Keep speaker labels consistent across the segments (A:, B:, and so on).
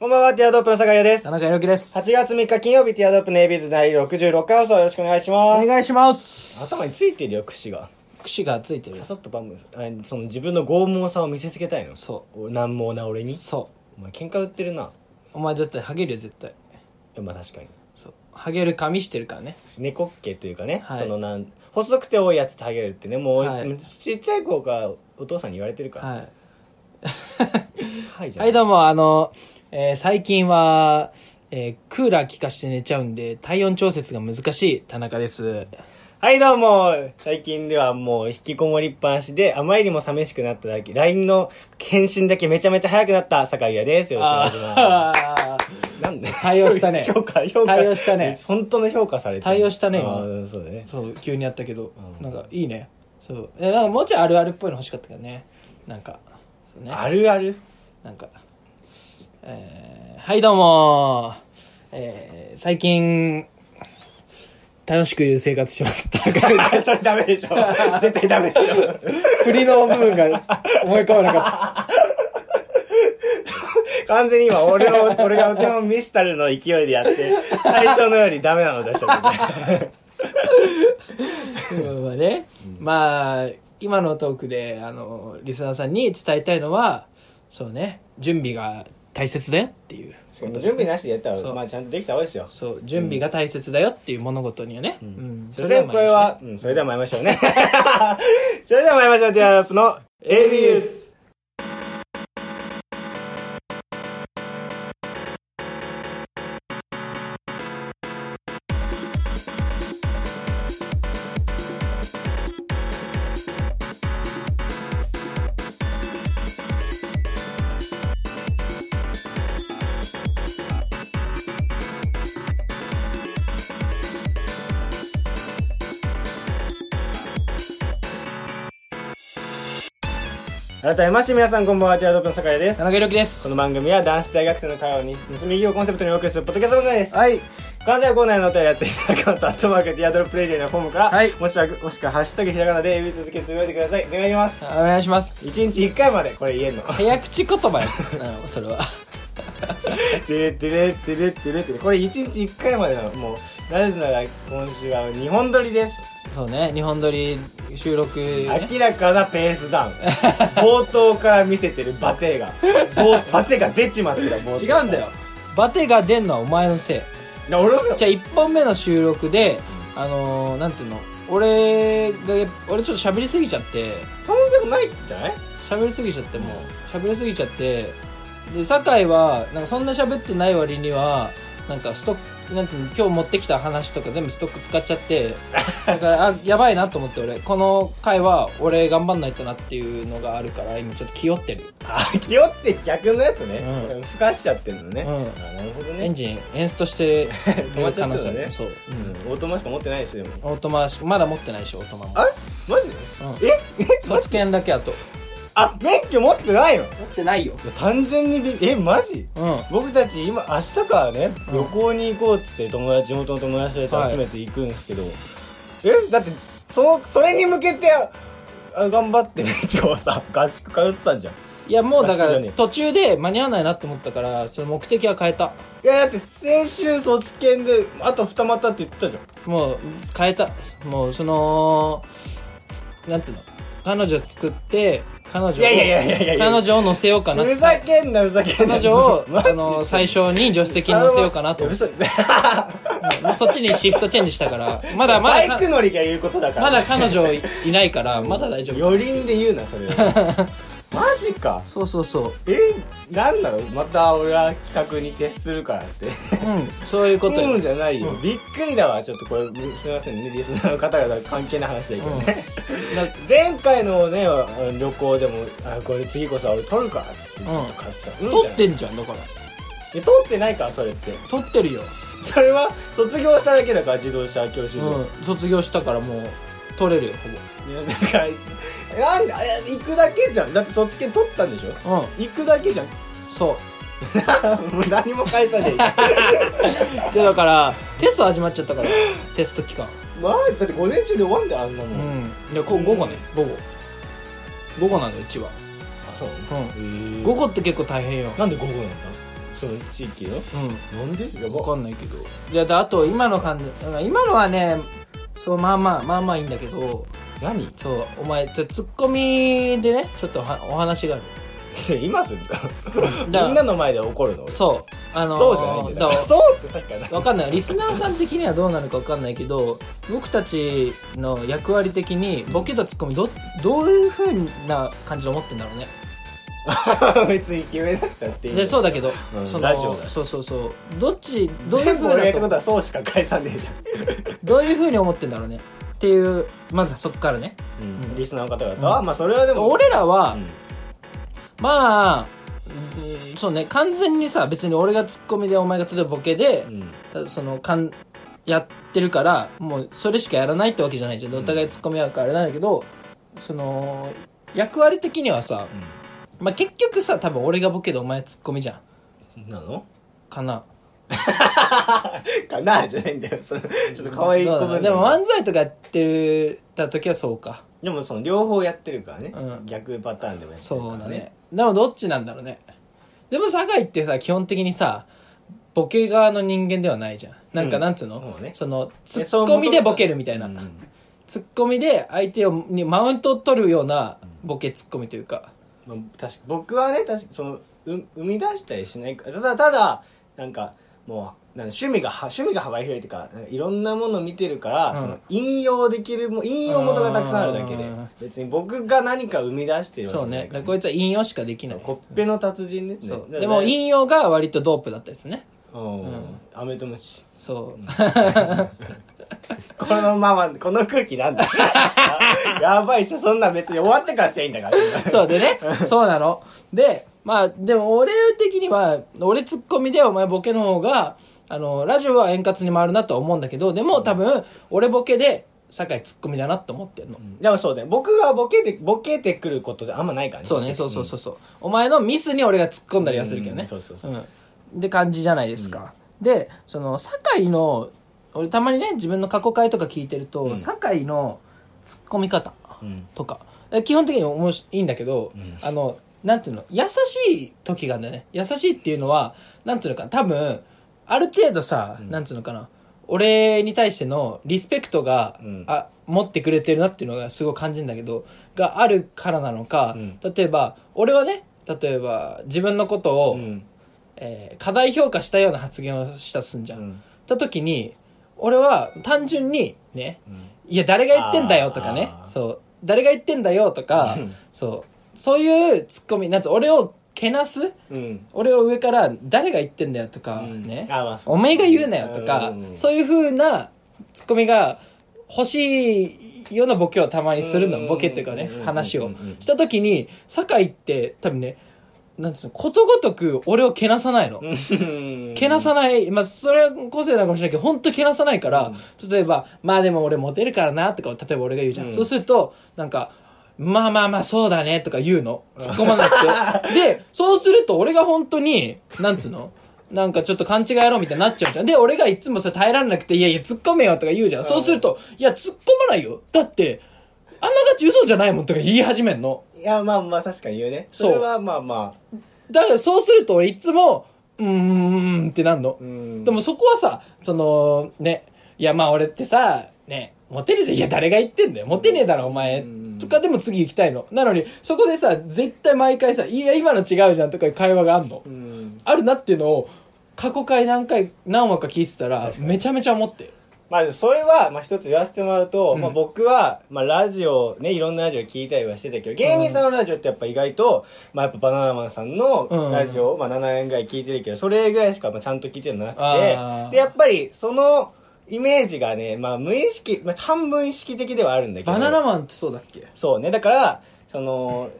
A: こんばんは、ティアドープの坂谷です。
B: 田
A: 8
B: 中裕樹です。
A: 月3日金曜日、ティアドープネイビーズ第66回放送よろしくお願いしま
B: お
A: す。
B: 願いします。
A: 頭についてるよ、櫛が。
B: 串がついてる
A: さ。さっとバンブーあその自分の拷問さを見せつけたいの。
B: そ
A: お難毛な俺
B: う。
A: に。
B: そ
A: お前喧嘩売ってるな。
B: う。お前絶対ハゲるよ、絶対。
A: まあ確かに。
B: そう。ハゲる髪してるからね。
A: 猫っ毛というかね、
B: はい
A: そのなん、細くて多いやつ食べるってね、もう、
B: はい
A: ちっちゃい子がお父さんに言われてるから。はい、
B: は
A: じ
B: い。
A: ゃ
B: はい、どう
A: も。
B: も、あの、えー最近は、えークーラー効かして寝ちゃうんで、体温調節が難しい田中です。
A: はい、どうも。最近ではもう引きこもりっぱなしで、あまりにも寂しくなっただけ、LINE の返信だけめちゃめちゃ早くなった坂井です。よろしくお願いします。
B: あ
A: なんで
B: 対応したね
A: 評価、評価。
B: 対応したね
A: 本当の評価されてる
B: 対応したね今
A: あーそうだね
B: ー。そう、急にやったけど、
A: うん
B: なんかいいね。そう。えなんかもうちょいあるあるっぽいの欲しかったけどね。なんか、そうね。
A: あるある
B: なんか、えーはいどうもえー最近、楽しく生活します。
A: あ それダメでしょ。絶対ダメでしょ。
B: 振りの部分が思い浮かばなかっ
A: 完全に今、俺を、俺がとてもミスタルの勢いでやって、最初のよりダメなの出しちゃった。
B: た。まあね、まあ、今のトークで、あの、リスナーさんに伝えたいのは、そうね、準備が大切だよっていうことですね
A: 準備なしでやった
B: そ
A: ら、
B: う
A: まあちゃんとできた方がいいですよ。
B: そう、準備が大切だよっていう物事にはね。うん
A: それではこれは、うん、それでは参りましょうね。 それでは参りましょう。ティアップの AB です。改めまして皆さんこんばんは。ティアドープの坂井です。
B: 田中裕樹で
A: こ
B: す。
A: の番組は男子大学生の会話に盗み聞きをコンセプトにお送りするポッドキャスト番組です。
B: はい。
A: 関西コーナーのお便りやツイッターアカウント、アットマーク、ティアドロップレジオのフォームから、
B: はい
A: もしくは、もしくはハッシュタグひらがなで、指続けつぶやいてください。お願いします。
B: お願いします。
A: 一日一回まで、これ言えんの。
B: 早口言葉よ。あのそれは。
A: てれてれてれてれてれ。これ一日一回までなの。もう、なぜなら今週は日本撮りです。
B: そうね、日本撮り収録ね、
A: 明らかなペースダウン。冒頭から見せてるバテが。ぼバテが出ちまってた、冒頭
B: 違
A: から
B: うんだよ。バテが出んのはお前の せい
A: いや。俺も
B: じゃあ1本目の収録であのー、なんていうの俺が俺ちょっと喋りすぎちゃって
A: とんでもないんじゃない
B: 喋りすぎちゃってもう喋りすぎちゃってで酒井はなんかそんな喋ってない割にはなんかストックなんていうの今日持ってきた話とか全部ストック使っちゃってだからあやばいなと思って俺この回は俺頑張んないとなっていうのがあるから今ちょっと気負ってる
A: あ、気負って逆のやつね。
B: う
A: ふかしちゃってんのね。
B: うん
A: あなるほど
B: エン
A: ね。
B: ジンエンストして
A: 止まっちゃってたね
B: そう
A: うん。オートマしか持ってないでしょ、でも。
B: オートマしまだ持ってないしオートマも
A: あマジで
B: うん
A: え
B: 卒検だけあと
A: あ、免許持ってないの
B: 持ってないよ
A: 単純にび、え、マジ
B: うん
A: 僕たち今、明日からね、
B: うん
A: 旅行に行こうっつって友達、地元の友達と集めて行くんですけど、え、だって、その、それに向けて、あ頑張 って免許をさ、合宿通ってたんじゃん。
B: いやもうだか
A: 確からに
B: 途中で間に合わないなって思ったからその目的は変えた
A: いや、だって先週卒検で、あと二股って言ってたじゃん。
B: もう変えたもうそのなんつうの彼女作って彼女を
A: いやいやいやいやいやいや
B: 彼女を乗せようかなっ
A: ふ
B: て
A: ざけんな、ふざけんな。
B: 彼女を
A: マジ
B: あ
A: で
B: の最初に助手席に乗せようかなと
A: いや
B: 思って
A: 嘘です
B: もうそっちにシフトチェンジしたからまだま
A: バ
B: だ
A: イク乗りが言うことだから
B: まだ彼女いいないからまだ大丈 夫
A: 余輪で言うなそれ はマジか
B: そうそうそう
A: えなんだろうまた俺は企画に徹するからって
B: うんそういうことよ、
A: うんじゃないよ、
B: うん
A: びっくりだわちょっとこれすみませんねリスナーの方々関係ない話だけどね、
B: だ
A: 前回のねあの旅行でもあこれ次こそは俺撮るからっつってちょっと買ってた、うん
B: 撮っ
A: い
B: てんじゃんだから
A: や撮ってないからそれって
B: 撮ってるよ、
A: それは卒業しただけだから自動車教習所、
B: うん、卒業したからもう撮れるよ
A: いやだからなんであ行くだけじゃんだって卒検取ったんでしょ
B: ほぼうん
A: 行くだけじゃん
B: そう
A: もう何も返さねえ
B: じゃあだからテスト始まっちゃったからテスト期間
A: まあだって午前中で終わんだよあんな
B: う
A: もん、あ
B: んいやこ午後ね午後午後なんだようちは
A: そう
B: うん
A: へえ
B: 午後って結構大変よ
A: なんで午後なんだその地域の
B: う
A: なんでや
B: んわ
A: ば
B: かんないけどいやだあと今の感じだから今のはねそうまあまあまあまあいいんだけど
A: 何
B: そうお前ちょツッコミでねちょっとはお話がある
A: 今 するかみん
B: だ
A: なの前で怒るのそ
B: そうあのー
A: そうじゃないんだよ
B: だ
A: だか
B: か
A: ら
B: ら
A: そうってさっきからな
B: わかんないリスナーさん的にはどうなるかわかんないけど僕たちの役割的にボケとツッコミどどういうふうな感じで思ってんだろうね
A: 別に決めなくたっていい
B: でそうだけど、
A: うん
B: その
A: ラジオだ
B: そうそうそうどっちどういう
A: 全
B: ふ
A: 部俺がやった
B: う
A: こ
B: な
A: とはそうしか解散ねえじゃん、
B: どういうふうに思ってんだろうねっていうまずはそこからね
A: うんリスナーの方々は、まあそれはでも
B: 俺らは、
A: うん
B: まあうんそうね完全にさ別に俺がツッコミでお前が例えばボケで
A: う、ん
B: たそのかんやってるからもうそれしかやらないってわけじゃないじゃんお互いツッコミ合うからあれなんだけど、その役割的にはさ、まあ、結局さ多分俺がボケでお前ツッコミじゃん
A: うんなの
B: かな
A: かなじゃないんだよそのちょっと可愛い子
B: どうだろ
A: 分
B: うでも漫才とかやってた時はそうか
A: でもその両方やってるからね、
B: うん
A: 逆パターンでもやってるから
B: そうだねでもどっちなんだろうねでも酒井ってさ基本的にさボケ側の人間ではないじゃんなんか
A: うん
B: なんつうの、
A: そうね
B: そのツ
A: えそう
B: ッコミでボケるみたいな、
A: うん
B: ツッコミで相手をにマウントを取るようなボケツッコミというか、
A: まあ、確か僕はね確かそのう生み出したりしないからただただなんかもうなんか趣味がは趣味が幅広いっていうかなんかいろんなものを見てるから、
B: うん
A: その引用できるも引用元がたくさんあるだけで
B: うん
A: 別に僕が何か生み出してるわけ
B: そうね
A: じゃない
B: だからこいつは引用しかできない
A: そうコッペの達人ですね
B: そう
A: だから
B: でも引用が割とドープだったですね
A: うん、
B: うん
A: アメとムチ
B: そう、
A: このままこの空気なんだ やばいっしょそんなん別に終わってからしちゃいいんだから
B: そうでね、そうなの。で、まあ、でも俺的には、俺ツッコミでお前ボケの方が、あの、ラジオは円滑に回るなとは思うんだけど、でも多分、俺ボケで、酒井ツッコミだなと思ってんの。
A: でもそうだよ僕がボケてボケてくることであんまないからね
B: そうね、そうそうそうそう。お前のミスに俺が突っ込んだりはするけど
A: う
B: ね。
A: ん。そうそうそうん
B: で感じじゃないですか。で、その、酒井の、俺たまにね、自分の過去回とか聞いてると、
A: うん
B: 酒井の突っ込み方
A: うん
B: とか、え基本的に面白いいんだけど、
A: うん
B: あの、なんていうの、優しい時があるんだよね。優しいっていうのは、なんていうのかな、多分、ある程度さ、
A: うん
B: なんていうのかな、俺に対してのリスペクトが、
A: うん
B: あ持ってくれてるなっていうのがすごい感じるんだけどがあるからなのか、
A: うん
B: 例えば俺はね例えば自分のことを、
A: うん
B: えー過大評価したような発言をしたとすんじ
A: う
B: ゃん、
A: ん
B: た時に俺は単純にねいや誰が言ってんだよとかね
A: あー
B: そう誰が言ってんだよとか
A: うん
B: そうそういうツッコミなんつう俺をけなす
A: うん
B: 俺を上から誰が言ってんだよと
A: う
B: か、
A: ん
B: ね
A: あまあそう
B: お前が言うなよとか、
A: うんうんうん
B: そういう風なツッコミが欲しいようなボケをたまにする
A: うんうん
B: の。
A: うん
B: ボケっていうかね
A: うんうんう、ん
B: 話を。した時に、酒井って多分ね、なんつうの、ことごとく俺をけなさないの。
A: うん
B: けなさない、まあ、それは個性なのかもしれないけど、本当けなさないから、例えば、まあでも俺モテるからな、とか、例えば俺が言うじゃん。
A: うん
B: そうすると、なんか、まあまあまあ、そうだね、とか言うの。突っ込まなくて。 で、そうすると俺が本当に、なんつうのなんかちょっと勘違いやろうみたいになっちゃうじゃん。で、俺がいつもそれ耐えられなくて、いやいや、突っ込めよとか言うじゃん。そうすると、いや、突っ込まないよ。だって、あんながち嘘じゃないもんとか言い始めんの。
A: いやまあまあ確かに言うね
B: そう
A: それはまあまあ
B: だからそうすると俺いつも、うーんってなんの
A: う。ん
B: でもそこはさ、その、ね、いやまあ俺ってさ、ね、モテるじゃん。いや誰が言ってんだよ。モテねえだろお前
A: うん。
B: とかでも次行きたいの。なのに、そこでさ、絶対毎回さ、いや今の違うじゃんとかいう会話があんの
A: う。ん
B: あるなっていうのを、過去回何回、何話か聞いてたら、めちゃめちゃ思ってる。
A: まあでもそれは、まあ一つ言わせてもらうと、
B: うん
A: まあ僕は、まあラジオ、ね、いろんなラジオ聞いたりはしてたけど、芸人さんのラジオってやっぱ意外と、まあやっぱバナナマンさん
B: うん
A: のラジオ、まあ7年ぐらい聞いてるけど、それぐらいしかまあちゃんと聞いてるのな
B: あ
A: く
B: ー
A: て、で、やっぱりそのイメージがね、まあ無意識、まあ半分意識的ではあるんだけど。
B: バナナマンってそうだっけ
A: そうね。だから、その、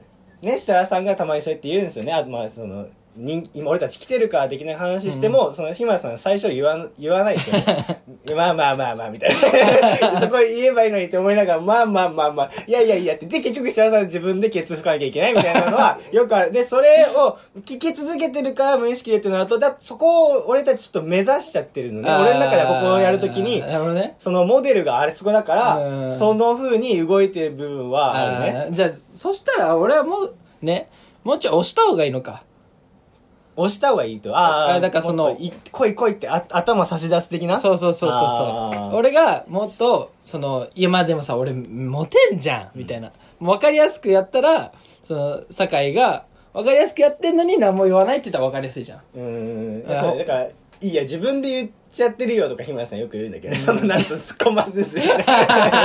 A: ね、設楽さんがたまにそうやって言うんですよね。あまあ、その、人今俺たち来てるから的な話しても、その日村さん最初言わん言わないですよねまあまあまあまあみたいなそこ言えばいいのにって思いながらまあまあまあまあいやいやいやってで結局設楽さん自分でケツ吹かなきゃいけないみたいなのはよくあるでそれを聞き続けてるから無意識でっていうのはあとだそこを俺たちちょっと目指しちゃってるのね俺の中ではここをやるときに
B: あーなるほどね。
A: そのモデルがあれそこだか
B: う
A: ら、
B: ん
A: その風に動いてる部分はあるね。
B: あーじゃあ、そしたら俺はもう、ね、もうちょい押した方がいいのか。
A: 押した方がいいと。ああ、
B: あだからその
A: もっとい来い来いってあ頭差し出す的な
B: そうそうそうそう
A: あ
B: そう
A: ー
B: 俺がもっとそのいやまあでもさ俺モテんじゃんみたいな、もう分かりやすくやったらその酒井が分かりやすくやってんのに何も言わないって言ったら分かりやすいじゃん
A: うーん。
B: あ
A: そうだから、いいや、自分で言っちゃってるよとか、日村さんよく言うんだけど、そのなんつうの突っ込まずですよね。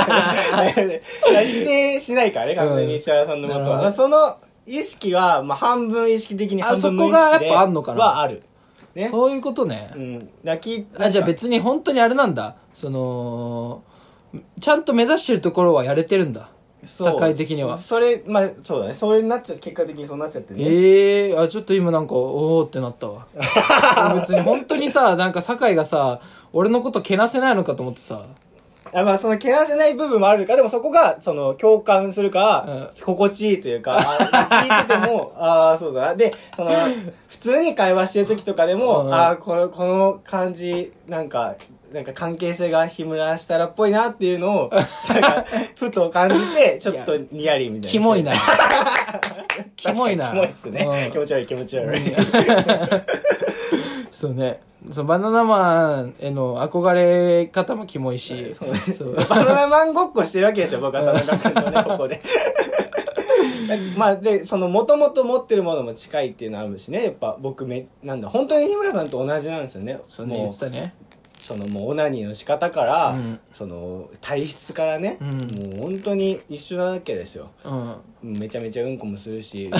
A: 否定しないからね、完全に石原さんのこ
B: うん
A: とは。
B: なるほど
A: まあその意識は、まあ、半分意識的に
B: あ
A: 半分無意識で
B: そこがやっぱあんのかな
A: はある。ね。
B: そういうことね、
A: うん。だき、
B: あじゃあ別に本当にあれなんだそのちゃんと目指してるところはやれてるんだ
A: そう
B: 社会的には
A: それ、まあ、そうだね。それになっちゃ、結果的にそうなっちゃってね。
B: ええあ、ちょっと今なんか、おおってなったわ。 別に本当にさ、なんか酒井がさ、俺のことけなせないのかと思ってさ、
A: あまあ、その、けなせない部分もあるから、でもそこが、その、共感するから、心地いいというか、あ聞いてても、 ああ、そうだな。で、その、普通に会話してる時とかでも、
B: うん
A: ああ、この、この感じ、なんか、なんか関係性が日村したらっぽいなっていうのを、なん か、ふと感じて、ちょっとニヤリみたいな。
B: キモ いな。キ
A: 確
B: モ
A: か
B: い
A: に
B: な。
A: キモいっすね。気
B: うん
A: 持ち悪い気持ち悪い。
B: そうね。そう、バナナマンへの憧れ方もキモいし、そう
A: バナナマンごっこしてるわけです よ、僕は田中君とね、ここで。 まあ、で、その、もともと持ってるものも近いっていうのはあるしね、やっぱ僕め、なんだ、本当に日村さんと同じなんですよね。
B: そうね、言
A: も
B: って
A: う、
B: たね。
A: その、もう、オナニーの仕方から、
B: うん
A: その、体質からね、
B: うん
A: もう本当に一緒なわけですよ。
B: うん。
A: めちゃめちゃうんこもする し、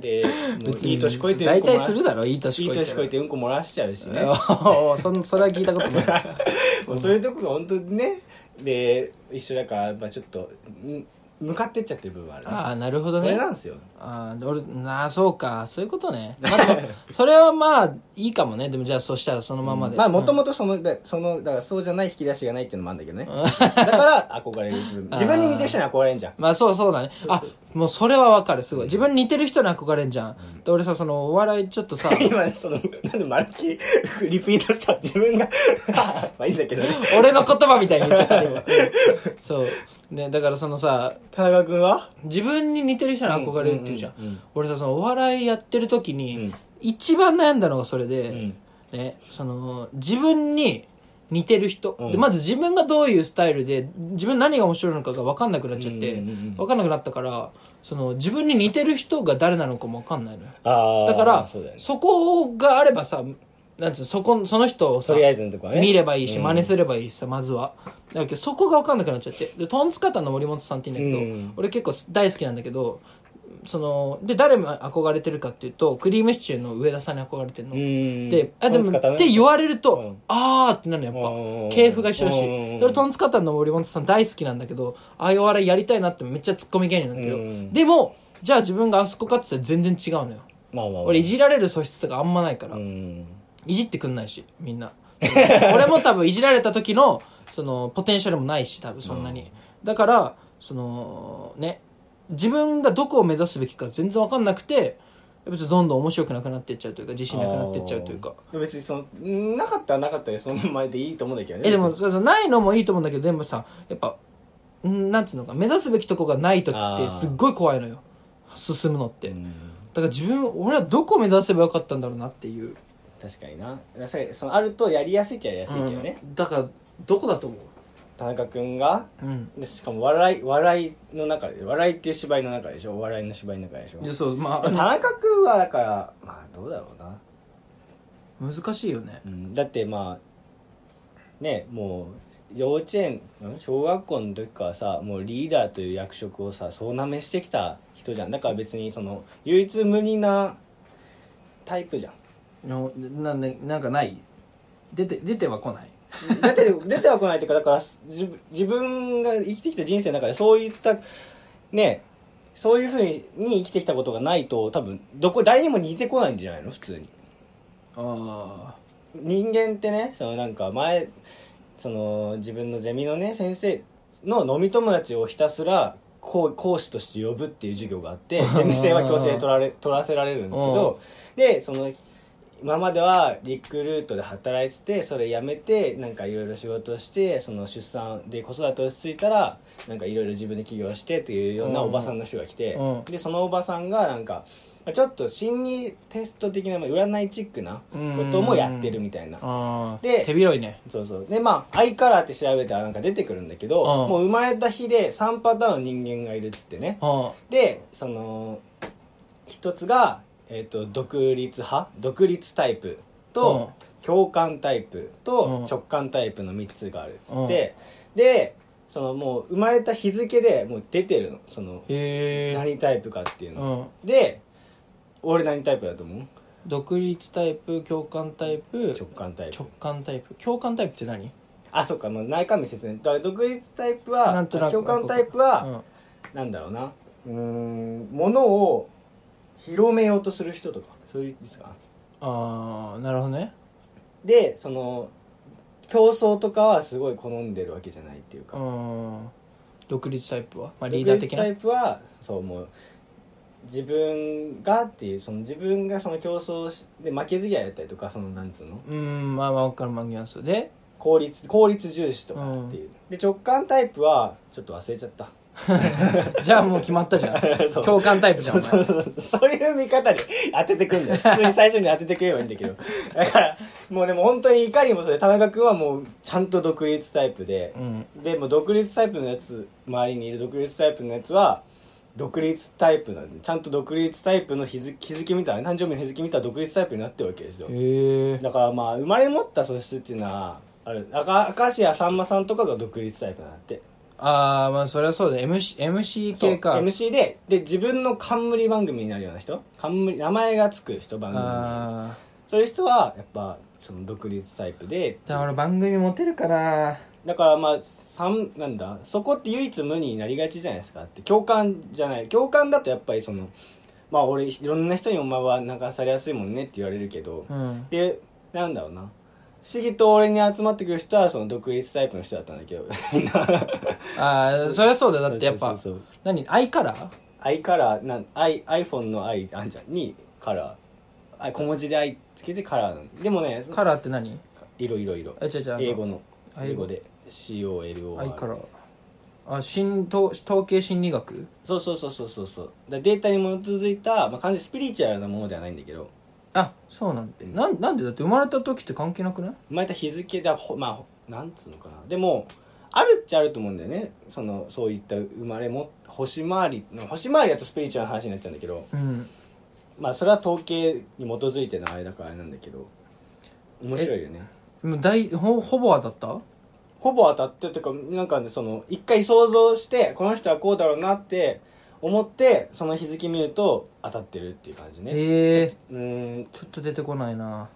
A: で、もういい年こ
B: こ
A: いてうん
B: 大
A: こも
B: 体
A: ら
B: するだろ、いい年
A: いい
B: こいて。
A: 年こいてうんこ漏らしちゃうしね。
B: おーそんそれは聞いたことない。
A: もうそういうとこが本当にねで一緒だから、まあ、ちょっとん向かってっちゃってる部分はあるね
B: ああ、なるほど
A: それ
B: ね。
A: なんですよ
B: ああ、俺、なあ、そうか、そういうこ とね。まあでも、それはまあ、いいかもね。でも、じゃあ、そしたらそのままで。
A: まあもと
B: も
A: もとそのだそのだからそうじゃない引き出しがないっていうのもあるんだけどねだから憧れる部分
B: あー
A: 自分に似てる人に憧れんじ ゃん
B: まあ、そうそうだね。あ、もう、それはわかる、すごい。自分に似てる人に憧れんじゃん。で、俺さ、その、お笑いちょっとさ、
A: 今ねそのなんでまるっきりリピートした自分が まあいいんだけどね
B: 俺の言葉みたいに言っちゃった今。うんそう。ね、だからそのさ、
A: 田中君は
B: 自分に似てる人に憧れるって言うじゃん。
A: うんうんうん
B: 俺さ、その、お笑いやってる時に、
A: うん
B: 一番悩んだのがそれ
A: う
B: で、
A: ん
B: ね、その、自分に、似てる人、
A: うん
B: でまず自分がどういうスタイルで自分何が面白いのかが分かんなくなっちゃって、
A: うんうんうん
B: 分かんなくなったからその自分に似てる人が誰なのかも分かんないのよ
A: ああ
B: だから
A: そうだよね
B: こがあればさなんつうのそこその人をさ
A: とりあえずのとこはね
B: 見ればいいし
A: うん
B: 真似すればいいしさ、まずはだけどそこが分かんなくなっちゃってでトンツカタンの森本さんって言うんだけど、
A: うん
B: 俺結構大好きなんだけどそので誰も憧れてるかっていうとクリームシチューの上田さんに憧れてるの、
A: うん
B: で、あ、でも、って言われると、
A: うん
B: あーってなる
A: うん
B: の、やっぱ。系譜が一緒だし。
A: うん
B: で俺、トンツカタンの森本さん大好きなんだけど、ああいうお笑いやりたいなってめっちゃツッコミ芸人なんだけ
A: う
B: ど、
A: ん
B: でも、じゃあ自分があそこかって言ったら全然違うのよ。
A: まあまあまあ
B: 俺、いじられる素質とかあんまないから
A: う、ん
B: いじってくんないし、みんな。 俺も多分いじられた時の、その、ポテンシャルもないし、多分そんなに。だから、その、ね、自分がどこを目指すべきか全然わかんなくて、やっぱちょっとどんどん面白くなくなっていっちゃうというか、自信なくなっていっちゃうというか。
A: あー別にそのなかったらなかったでその前でいいと思うんだけどね
B: えでもそうそうないのもいいと思うんだけどでもさやっぱんなんつうのか目指すべきとこがない時っ
A: あ
B: て
A: ー
B: すっごい怖いのよ進むのって
A: う
B: だか
A: ん
B: ら自分俺はどこを目指せばよかったんだろうなっていう、
A: 確かにな確かにそのあるとやりやすいっちゃやりやすいけどね、
B: うんだからどこだと思う
A: 田中君が
B: うん
A: でしかも笑い笑いの中で笑いっていう芝居の中でしょお笑いの芝居の中でしょ
B: いやそうま
A: 田
B: あ
A: 中君はだからまあどうだろうな、
B: 難しいよね
A: うん、だってまあねもう幼稚園ん小学校の時からさもうリーダーという役職をさ総なめしてきた人じゃんだから別にその唯一無二なタイプじゃん
B: のなななんかない出て出ては来ない
A: 出て出てはこないというかだから自分自分が生きてきた人生の中でそういったねそういうふうに生きてきたことがないと多分どこ誰にも似てこないんじゃないの普通に
B: あ
A: 人間ってねそのなんか前その自分のゼミのね先生の飲み友達をひたすら講講師として呼ぶっていう授業があってゼミ生は強制取られ取らせられるんですけどでその今まではリクルートで働いててそれ辞めてなんかいろいろ仕事してその出産で子育て落ち着いたらなんかいろいろ自分で起業してっていうようなおばさんの人が来て
B: うん
A: でそのおばさんがなんかあちょっと心理テスト的なまあ占いチックなこともやってるみたいな
B: ああ
A: で
B: 手広いね
A: そうそうでまあアイカラーって調べたらなんか出てくるんだけど
B: うん
A: もう生まれた日で3パターンの人間がいるっつってね
B: あ
A: でその一つが、えっと独立派独立タイプと、共感タイプ
B: うん
A: と直感タイプの3つがあるっつって、でそのもう生まれた日付でもう出てるのその
B: へえ
A: 何タイプかっていう
B: う
A: の、
B: ん
A: で俺何タイプだと思う
B: 独立タイプ共感タイプ
A: 直感タイプ
B: 直感タイプ共感タイプって何
A: あそっか、まあ、中身説明だから独立タイプは
B: なんとなく
A: 共感タイプは、
B: うん
A: なんだろうなうーん物を広めようとする人とかそういうですか
B: ああなるほどね
A: でその競争とかはすごい好んでるわけじゃないっていう
B: う
A: か、
B: ん独立タイプはまあリー
A: 独
B: ダ
A: 立
B: ー的
A: タ
B: な
A: イプはそうもう自分がっていうその自分がその競争しで負けず嫌いだったりとかそのなんつうの
B: うんまあまあ分かるマンギュアンスで
A: 効率効率重視とかっていう、で直感タイプはちょっと忘れちゃった
B: じゃあもう決まったじゃ ん
A: そう
B: 共感タイプじゃんお前
A: そういう見方で当ててくんだよ普通に最初に当ててくればいいんだけどだからもうでも本当にいかにもそれ田中君はもうちゃんと独立タイプで、
B: うん
A: でも独立タイプのやつ周りにいる独立タイプのやつは独立タイプなんでちゃんと独立タイプの日付日付見たら誕生日の日付見たら独立タイプになってるわけですよ
B: へえ
A: だからまあ生まれ持った素質っていうのはある赤明石家さんまさんとかが独立タイプなんだって
B: ああまあそれはそうだ MC, MC
A: そう
B: 系か
A: MC でで自分の冠番組になるような人冠名前がつく人番組に
B: ああ
A: そういう人はやっぱその独立タイプで
B: だから俺番組モテるから
A: だからまあ三なんだそこって唯一無二になりがちじゃないですかって共感じゃない共感だとやっぱりそのまあ俺いろんな人にお前は流されやすいもんねって言われるけど、
B: うん
A: でなんだろうな不思議と俺に集まってくる人はその独立タイプの人だったんだけどみんな
B: ああそりゃ そうだよだってやっぱ
A: そうそうそう
B: 何アイカラー
A: アイカラーなんアイ iPhone のアイあんじゃんにカラーあ小文字でアイつけてカラーなのでもね
B: カラーって何
A: いろいろいろ
B: え違う違うあの
A: 英語の
B: あ英
A: 英
B: 語
A: 語で COLO
B: アイカラーあ心統統計心理学
A: そうそうそうそうそうそうだからデータに基づいた、まあ、完全にスピリチュアルなものではないんだけど
B: あそうなんだ
A: うん
B: なんなんでだって生まれた時って関係なくない
A: 生まれた日付だほまあほなんつうのかなでもあるっちゃあると思うんだよねそのそういった生まれも星回りの星回りだとスピリチュアルな話になっちゃうんだけど
B: うん
A: まあそれは統計に基づいてのあれだからあれなんだけど面白いよね
B: もう大ほほぼ当たっ
A: ほぼ当たってとかなんかねその一回想像してこの人はこうだろうなって思ってその日付見ると当たってるっていう感じ
B: た
A: ね
B: ええ
A: うーん
B: ちょっと出てこないな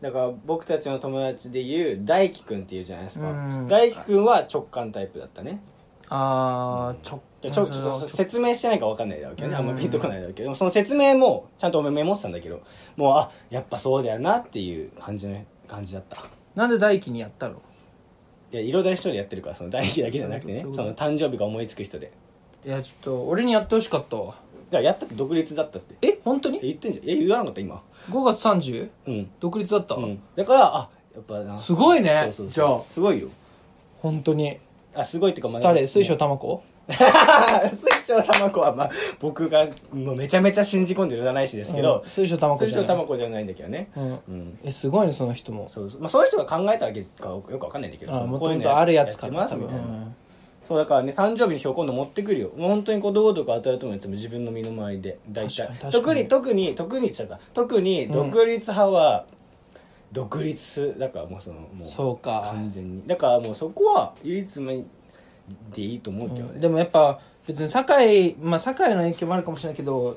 A: だから僕たちの友達で言う大輝くんっていうじゃないですか
B: うん
A: 大輝くんは直感タイプだったね
B: あーちょ
A: でちょ
B: そ
A: ち
B: れ
A: ょ
B: は
A: っと説明してないから分かんないだろうけどね
B: う
A: あん
B: ん
A: まピンとこないだろうけどでもその説明もちゃんとおメモってたんだけどもうあやっぱそうだよなっていう感じの感じだった
B: なんで大輝にやったの
A: いやいろんな人でやってるからその大輝だけじゃなくてね
B: そういうこ
A: そ
B: と
A: の誕生日が思いつく人でだか
B: いやちょっと俺にやってほしかったわ
A: らやったって独立だったって
B: え本当に
A: 言ってんじゃんえ言わなかった今
B: ?5 月 30?
A: うん、
B: 独立だった、
A: うん、だからあやっぱな
B: すごいね
A: そうそうそう
B: じゃあ
A: すごいよ
B: 本当に
A: あすごいっていうかまあ
B: 誰水晶玉子
A: 水晶玉子は、まあ、僕がもうめちゃめちゃ信じ込んでる占い師ですけど
B: うん、水晶玉子
A: 水
B: じゃ
A: 晶
B: ない
A: 玉子じゃないんだけどね、
B: うん
A: うん
B: えすごいねその人も
A: そうそうまあ、そういう人が考えたわけかよくわかんないんだけど
B: あ
A: その
B: もと
A: こういう
B: も
A: の
B: とあるやつか
A: や
B: な
A: って
B: 多
A: ますみ
B: 分
A: たいな、そうだからね誕生日の表今度持ってくるよもう本当に子供とか当たると思っても自分の身の回りで大体
B: 確かに確か
A: 特
B: に
A: に特に特にしちゃった特に
B: うん
A: 独立派は、独立だからもうそのも
B: うん
A: う
B: そうか
A: 完全にだからもうそこは唯一無二でいいと思うけどね、
B: うんでもやっぱ別に堺まあ堺の影響もあるかもしれないけどや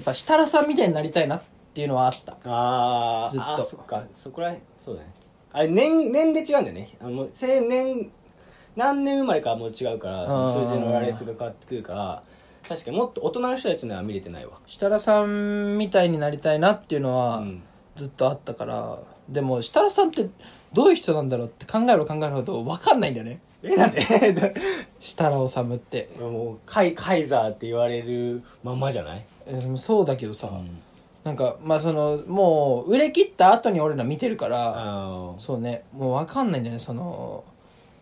B: っぱ設楽さんみたいになりたいなっていうのはあった
A: あー
B: ずっと
A: あそっかそこらへんそうだねあれ年年で違うんだよねあの生年何年生まれかもう違うからその数字の羅列が変わってくるから確かにもっと大人の人たちのは見れてないわ
B: 設楽さんみたいになりたいなっていうの
A: う
B: は
A: ん
B: ずっとあったから、でも設楽さんってどういう人なんだろうって考えろ考えるほど分かんないんだよね
A: えなんで
B: 設楽治って、
A: もうカイカイザーって言われるまんまじゃない、
B: えーそうだけどさ、
A: うん
B: なんかまあそのもう売れ切った後に俺ら見てるから、
A: あー
B: そうねもう分かんないんだよねその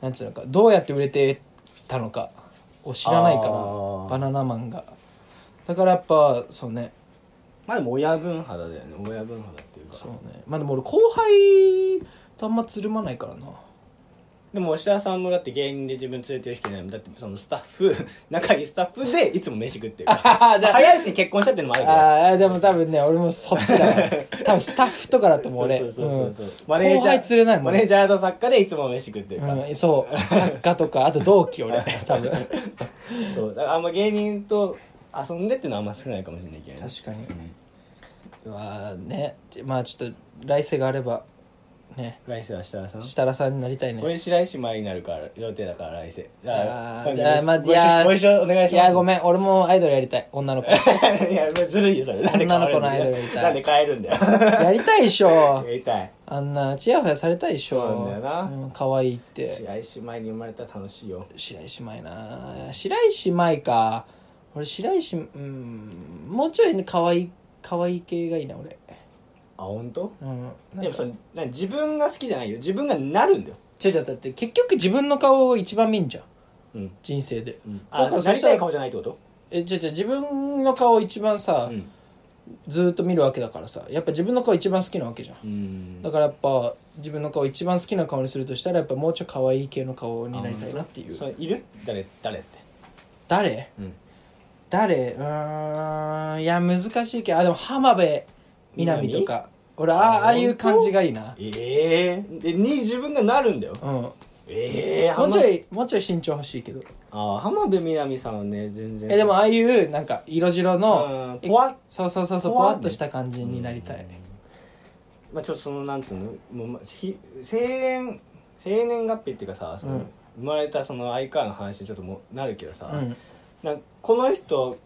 B: なんつうのかどうやって売れてたのかを知らないか
A: あ
B: ら
A: ー
B: バナナマンがだからやっぱそうね
A: まあでも親分肌だよね親分肌っていうか
B: そうねまあでも俺後輩とあんまつるまな いからな
A: でも吉田さんもだって芸人で自分連れてる人いないもんだってそのスタッフ 仲いいスタッフでいつも飯食ってるから
B: あじ
A: まあ
B: ゃ
A: 早いうちに結婚したっていうのもあるけど
B: あーでも多分ね俺もそっち だわ多分スタッフとかだと思う俺
A: そうそうそうそう、
B: うん
A: マネージャー
B: 後輩釣れないもん
A: マネージャーと作家でいつも飯食ってるから、
B: うん、そう作家とかあと同 期俺多分
A: そうだからあんま芸人と遊んでっていうのはあんま少ないかもしれないけどね
B: 確かにうわーねまあちょっと来世があればね
A: 来世は設楽さん
B: 設楽さんになりたいね
A: ご一緒来週前になるから予定だから来世だから
B: あーじゃあまあ
A: ご一
B: いや
A: 緒
B: ー
A: ご一緒お願いします
B: いやごめん俺もアイドルやりたい 女の子
A: いやずるいよそれなんで
B: 女の子のアイ
A: 変
B: ドル
A: わ
B: や
A: る
B: り
A: ん
B: たい
A: だよなんで変えるん だよ
B: やりたいでしょ
A: やりたい
B: あんなチヤホヤされたいでしょ
A: そうなんだよな
B: うん可愛いって
A: 白石前に生まれたら楽しいよ
B: 白石麻衣な白石麻衣か俺白石うんもうちょいね可愛い可愛い系がいいな俺
A: あ本当？
B: うんな
A: で
B: んか
A: もそのな自分が好きじゃないよ自分がなるんだよ
B: ちょっとだって結局自分の顔を一番見んじゃ
A: う
B: ん
A: ん、
B: 人生で、
A: うん、
B: だ
A: あ
B: から
A: な
B: そ
A: り
B: した
A: たい
B: ら
A: 顔じゃないってこと
B: えちょちょ自分の顔を一番さ、
A: うん
B: ずーっと見るわけだからさやっぱ自分の顔一番好きなわけじゃん
A: うん
B: だからやっぱ自分の顔一番好きな顔にするとしたらやっぱもうちょい可愛い系の顔になりたいなっていう
A: それいる誰誰って
B: 誰
A: うん
B: 誰うーんいや難しいけどあでも浜辺美波とか俺ああああいう感じがいいな
A: ええでに自分がなるんだよ
B: うんも
A: ええ
B: うちょいもうちょい身長欲しいけど
A: あー浜辺美波さんはね全然
B: えでもああいうなんか色白
A: う
B: の
A: んぽわっ
B: そうそうそうそう
A: ぽ
B: ぽ
A: わっ
B: わっとした感じになりたい
A: まあちょっとそのなんつうのもうまひ生年生年月日っていうかさその、
B: うん
A: 生まれたその相川の話にちょっともなるけど
B: う
A: さ、
B: ん
A: なんかこの人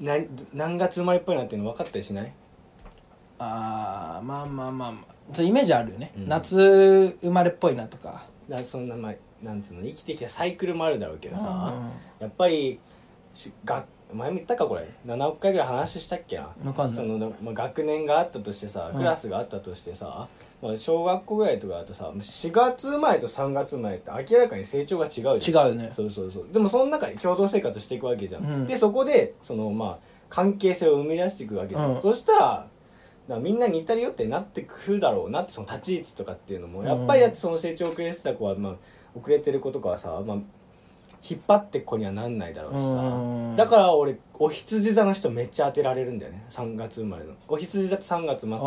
A: 何何月生まれっぽいなっていうの分かったりしない
B: あーまあまあまあまあそうイメージあるよね、
A: うん
B: 夏生まれっぽいなとか
A: だからそんなまあなんつうの生きてきたサイクルもあるだろうけどさ、
B: う
A: やっぱりしが前も言ったかこれ7億回ぐらい話したっけな
B: わかんない
A: その、まあ、学年があったとしてさ
B: うん
A: クラスがあったとしてさ、まあ、小学校ぐらいとかだとさもう4月生まれと3月生まれって明らかに成長が違うじゃん
B: ん違うよね
A: そうそうそうでもその中で共同生活していくわけじゃん、
B: うん
A: でそこでそのまあ関係性を生み出していくわけじゃん、
B: うん
A: そしたらだからみんな似たりよってなってくるだろうなってその立ち位置とかっていうのもやっぱりだってその成長遅れてた子は、まあ、遅れてる子とかはさ、まあ、引っ張ってく子にはなんないだろうしさ、
B: うん
A: だから俺お羊座の人めっちゃ当てられるんだよね3月生まれのお羊座って3月末
B: あ
A: あ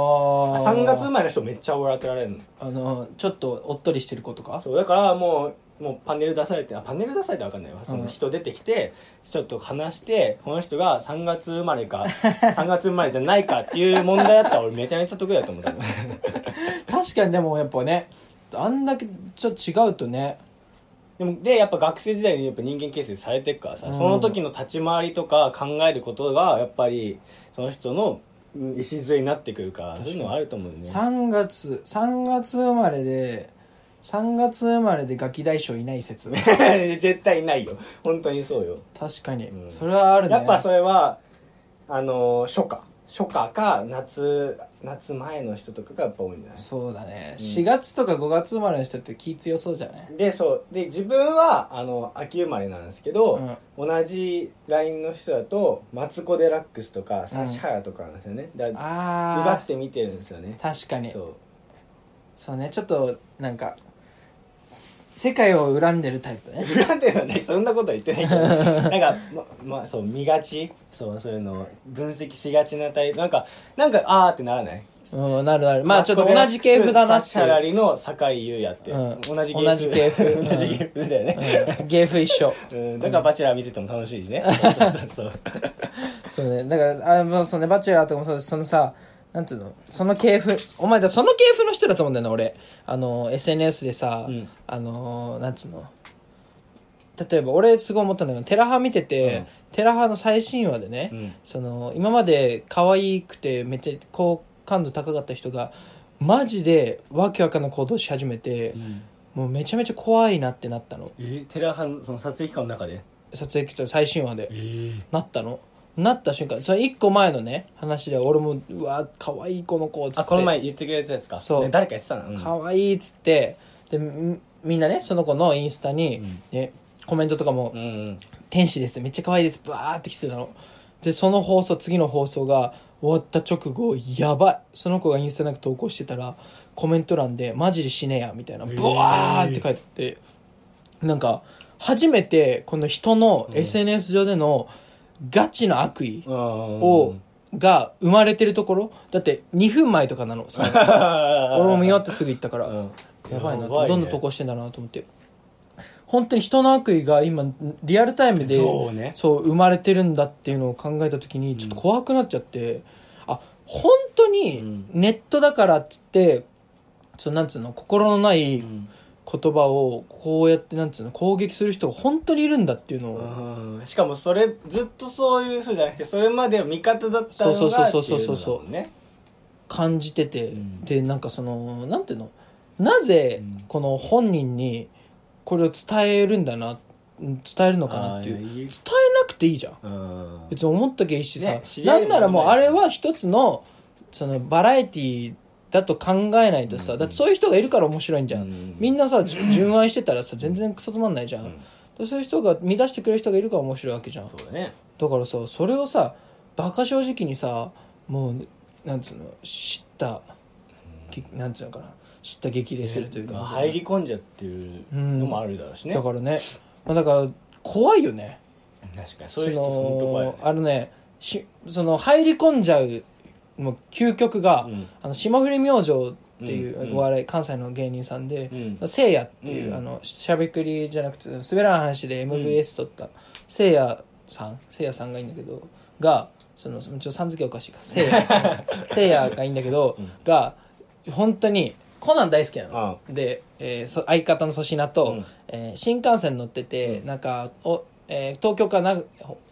A: 3
B: 3
A: 月生まれの人めっちゃ俺当てられるの
B: あのちょっとおっとりしてる子とか
A: そうだからもうもうパネル出されてあパネル出されてわかんないわそうの
B: ん
A: 人出てきてちょっと話してこの人が3月生まれ か3月生まれじゃないかっていう問題だったら俺めちゃめちゃ得意だと思う多 分
B: 確かにでもやっぱねあんだけちょっと違うとね
A: でもでやっぱ学生時代にやっぱ人間形成されてるからさ、
B: うん
A: その時の立ち回りとか考えることがやっぱりその人のうん礎になってくるからそういうのはあると思うよね
B: 3月3月生まれで3月生まれでガキ大将いない 説
A: 絶対ないよ本当にそうよ
B: 確かに、
A: うん
B: それはあるね
A: やっぱそれはあのー初夏初夏か夏夏前の人とかがやっぱ多いんじゃない
B: そうだね、
A: うん
B: 4月とか5月生まれの人って気強そうじゃない
A: でそうで自分はあの秋生まれなんですけど
B: ん、
A: 同じラインの人だとマツコ・デラックスとか指原とかなんですよね、だから奪
B: あ
A: って見てるんですよね
B: あ確かに
A: そ
B: そうねちょっとなんかす世界を恨んでるタイプ
A: う
B: ね
A: 裏ではねそんなことは言ってないけど なんかままそう見がちそうそういうのを分析しがちなタイプなんかなんかあーってならない
B: うんなるなるまあちょっと同じ系譜だなって
A: シャラ
B: いう、
A: リの酒井優也って、
B: うん
A: 同じ
B: 同じ系譜
A: 同じ系譜だよね、
B: うん、芸譜一緒
A: うん、だからバチェラー見てても楽しいしねそうそうそう
B: そうねだからあもうそのねバチェラーとかもそうだしそのさなんていうのその系譜お前だその系譜の人だと思うんだよね俺あの SNS でさ、
A: うん
B: あのなんていうの例えば俺すごい思ったのがテラハ見てて、
A: うん
B: テラハの最新話でね、
A: うん
B: その今まで可愛くてめっちゃ好感度高かった人がマジでわけわかんない行動し始めて、もうめちゃめちゃ怖いなってなったの
A: えテラハンその撮影期間の中で
B: 撮影機と最新話で
A: えー、
B: なったのなった瞬間それ1個前のね話で俺もうわ可愛いこの子っつって
A: あこの前言ってくれたやつか
B: そう
A: ね誰か言ってたな、うん
B: 可愛いっつってでみみんなねその子のインスタに、ねコメントとかも、
A: うんうん
B: 天使ですめっちゃ可愛いですバーって来てたのでその放送次の放送が終わった直後やばいその子がインスタなんか投稿してたらコメント欄で「マジで死ねや」みたいなブワーって書いてあって、なんか初めてこの人の SNS 上でのガチの悪意 を、が生まれてるところだって2分前とかなのその俺も見終わってすぐ行ったから、やばいなとどんどん投
A: こ
B: 稿してんだなと思って本当に人の悪意が今リアルタイムで
A: そうね
B: そう生まれてるんだっていうのを考えた時にちょっと怖くなっちゃって、あ本当にネットだからっつってそのなんつうの心のない言葉をこうやってなんつうの攻撃する人が本当にいるんだっていうのを、
A: うんしかもそれずっとそういうふうじゃなくてそれまでは味方だったのが
B: そうそうそうそうそうそう
A: っていのだもんね
B: 感じてて、
A: うん
B: でなんかそのなんていうのなぜ
A: うん
B: この本人にこれを伝えるんだなうん伝えるのかなっていう
A: あ
B: 伝
A: ーいい
B: えなくていいじゃん
A: うん
B: 別に思っときゃいいしさ、
A: ね知り合
B: ない
A: で
B: ん
A: も
B: ならもう
A: ね
B: あれは一つのそのバラエティーだと考えないとさ、
A: うん
B: だってそういう人がいるから面白いんじゃん、
A: うん
B: みんな さじゅ純愛してたらさ全然クソつまんないじゃん、
A: うん
B: でそういう人が満たしてくれる人がいるから面白いわけじゃん
A: そうだね
B: だからさそれをさバカ正直にさもうなんつうの知った、きなんつうのかな知った激励するというか、
A: まあ入り込んじゃってるのもあるだろうしね
B: だからね、まあ、だから怖いよね
A: 確かにそういう人
B: そ
A: 本当怖いよ
B: の
A: ね
B: あのねしその入り込んじゃうもう究極が、
A: うん
B: あの霜降り明星っていう、
A: うんうん
B: お笑い関西の芸人さんで、
A: うん
B: せいやっていう、
A: うん
B: あのしゃべくりじゃなくて滑らない話で MVS 撮った、せいやさんせいやさんがいいんだけどがそのちょっとさん付けおかしいからせ いやせいやがいいんだけど、
A: うん
B: が本当にコナン大好きなの
A: あ
B: で、えーそ相方の粗品と、
A: うん
B: えー新幹線乗ってて、なんかお、えー東京から名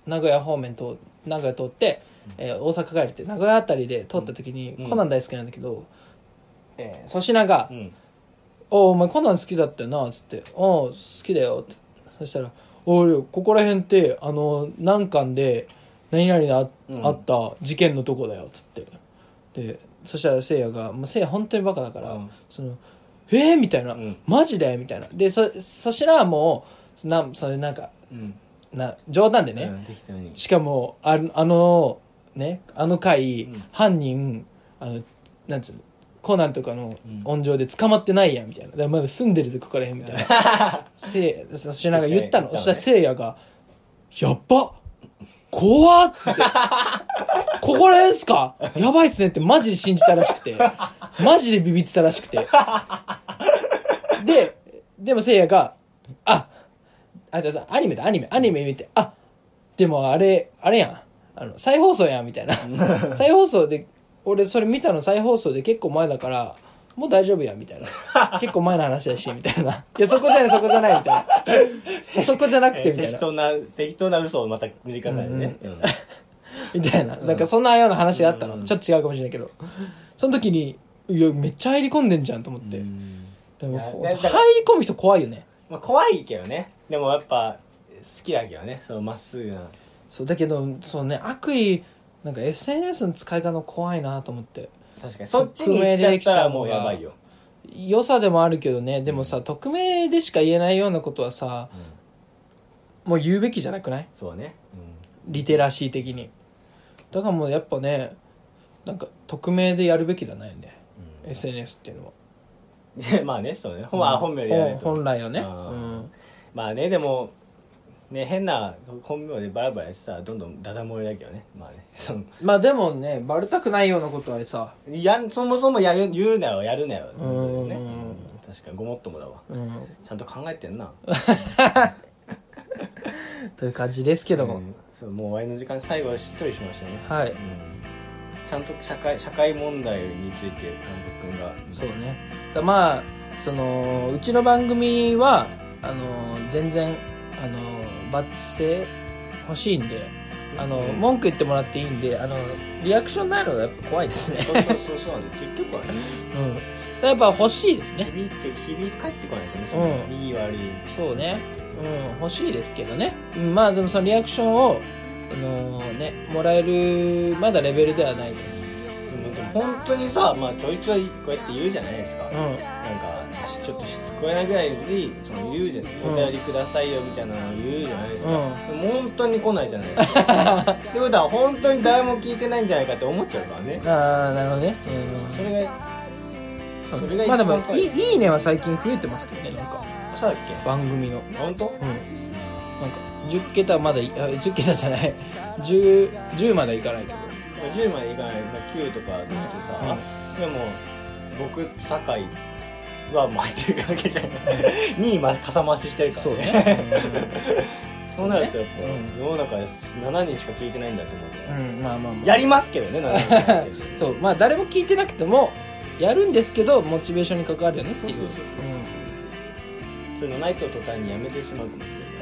B: 名古屋方面と名古屋通って、えー大阪帰りって名古屋あたりで通った時に、
A: うん
B: コナン大好きなんだけど、えー粗品が
A: う、ん
B: おお前コナン好きだったよな」っつって「おお好きだよ」ってそしたら「おいここら辺ってあの何巻で何々があ,、
A: うん
B: った事件のとこだよ」っつってでそしたらせいやがもうせいや本当にバカだから、
A: うん
B: その「えー?」みたいな「
A: うん
B: マジで?」みたいなでそそしたらもうなそれなんか
A: うん
B: な冗談でね、
A: うん適当に
B: しかもあのあのねあの回、
A: うん
B: 犯人あのなんつうのコナンとかの
A: うん
B: 温情で捕まってないやんみたいなだからまだ住んでるぜここら辺みたいな せいそしてなんか言ったの
A: 言
B: そ
A: っ
B: したた
A: のね
B: らせいやが「やっば怖っ!」 って「ここら辺っすかやばいっすね」ってマジで信じたらしくてマジでビビってたらしくてででもせいやが「ああじゃあさアニメだアニメアニメ見てあでもあれあれやんあの再放送やんみた いな再放送で俺それ見たの再放送で結構前だからもう大丈夫やみた いな結構前の話だしみたいないやそこじゃないそこじゃないみたい なそこじゃなくて
A: え
B: みたい
A: 適
B: な
A: 当な適当な嘘をまた塗り重ねねうん
B: みたいな。なんかそんなような話があったの。
A: うん
B: ちょっと違うかもしれないけど。その時に、いや、めっちゃ入り込んでんじゃんと思って。
A: うん
B: でも、ほんと
A: だ
B: 入
A: だから
B: り込む人怖いよね。
A: まあ怖いけどねでもやっぱ好きだけどねそのまっすぐな
B: そう、だけど、そうね、悪意、なんか SNS の使い方怖いなと思って。
A: 確かにそっちに行っちゃったらもうやばいよ
B: 良さでもあるけどね、でもさ、匿名でしか言えないようなことはさ、
A: うん
B: もう言うべきじゃなくない
A: そうね
B: リテラシー的に。だからもうやっぱね、なんか匿名でやるべきだなよね。
A: うん
B: SNS っていうのは。
A: うんまあねそうねほんまあ本名でやらない
B: 本
A: と
B: 本来はね。う
A: あー
B: ん。
A: まあねでもね変な本名でバラバラやってたらどんどんダダ漏れだけどねまあね その
B: まあでもねバレたくないようなことはさ、
A: やんそもそもやる言うなよやるなよ
B: うん
A: ねうん確かにごもっともだわ
B: うん、
A: ちゃんと考えてんな
B: という感じですけども、
A: うんそうもう終わりの時間最後はしっとりしましたね
B: はい
A: うんちゃんと社会社会問題について監督が
B: そうねだまあそのうちの番組はあの全然あの罰制欲しいんであの
A: うん
B: 文句言ってもらっていいんであのリアクションないのがやっぱ怖いですね、
A: そうそうそうそうなんで結局はね
B: うん、だからやっぱ欲しいですね
A: 響いて響いて帰ってこないですよねその、
B: うん
A: いい悪い
B: そうね、うん、欲しいですけどね、うん、まあでもそのリアクションをあのねもらえるまだレベルではないと
A: でも本当にさ、まあ、ちょいちょいこうやって言うじゃないですか、
B: 思う、う
A: なん
B: ん
A: かしちょっとしつこいなぐらいにその言うじゃない、
C: うん
A: お便りくださいよみたいなのを言うじゃないですか、
C: うん
A: でも本当に来ないじゃないですか ってことは本当に誰も聞いてないんじゃないかって思っちゃうからね
C: ああなるほどね、
A: それが
C: うん
A: それが一
C: まあ
A: 番
C: で
A: 怖い
C: もいいいいねは最近増えてますけどねなんか
A: そうだっ
C: 番組の
A: け本当
C: うんなんか10桁まだいあ10桁じゃない 10, 10まだいかないけど
A: 10までいかない、まあ、9とかだとしてさ、でも僕酒井は巻いてるわけじ ゃない2位まかさ増ししてるから
C: そう
A: ね
C: ね、
A: そうなるとやっぱ、
C: うん
A: 世の中で7人しか聞いてないんだと思うから、
C: うんうん、まあまあまあ
A: やりますけどね、7人 だけ
C: そうまあ誰も聞いてなくてもやるんですけどモチベーションに関わるよねって
A: そう
C: い
A: そう
C: う
A: そうそう。そういうのないと途端にやめてしまうかもしれ
C: う
A: ない。
C: ん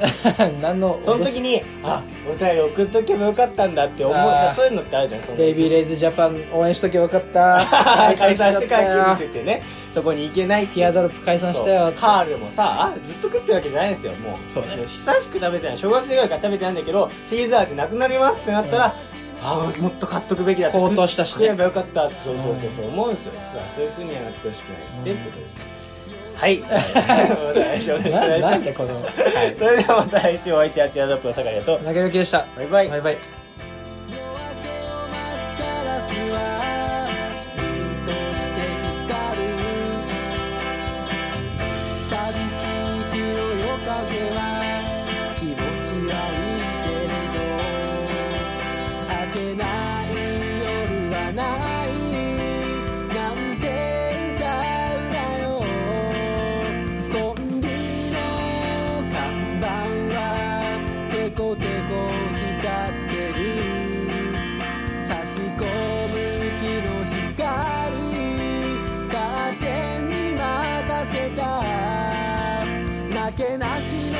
C: 何の
A: その時に、あ、お便り送っとけばよかったんだって思
C: あー
A: う、そういうのってあるじゃん、その。
C: ベイビーレ イズジャパン応援しとけばよかった
A: あー解散
C: ちゃ
A: し
C: ってた
A: から
C: よ
A: 気づ いてね、そこに行けないって
C: ティアドロップ解散したよ
A: そうカールもさずっと食ってるわけじゃないんですよもう
C: そうね
A: も久しく食べてない小学生ぐらいから食べてないんだけどチーズ味なくなりますってなったら、ああもっと買っとくべきだって
C: 高騰したしね
A: 食えばよかったってそうそうそうそう思うんですよ実はそういうふうにはなってほしくないって、
C: うん
A: ことですはい また来週お願いします
C: ななんだこの
A: はいそれではまた来週お相手はティアドロップの酒井と
C: 中抜きでした
A: バイバイ
C: バイバイ
B: 「夜明けを待つカラスは凛として光る」「寂しい日の夜風は気持ちはいいけれど」「明けない夜はない」なんて歌うなよ「コンビの看板はテコテコ光ってる」「差し込む日の光」「カーテンに任せた」「なけなしの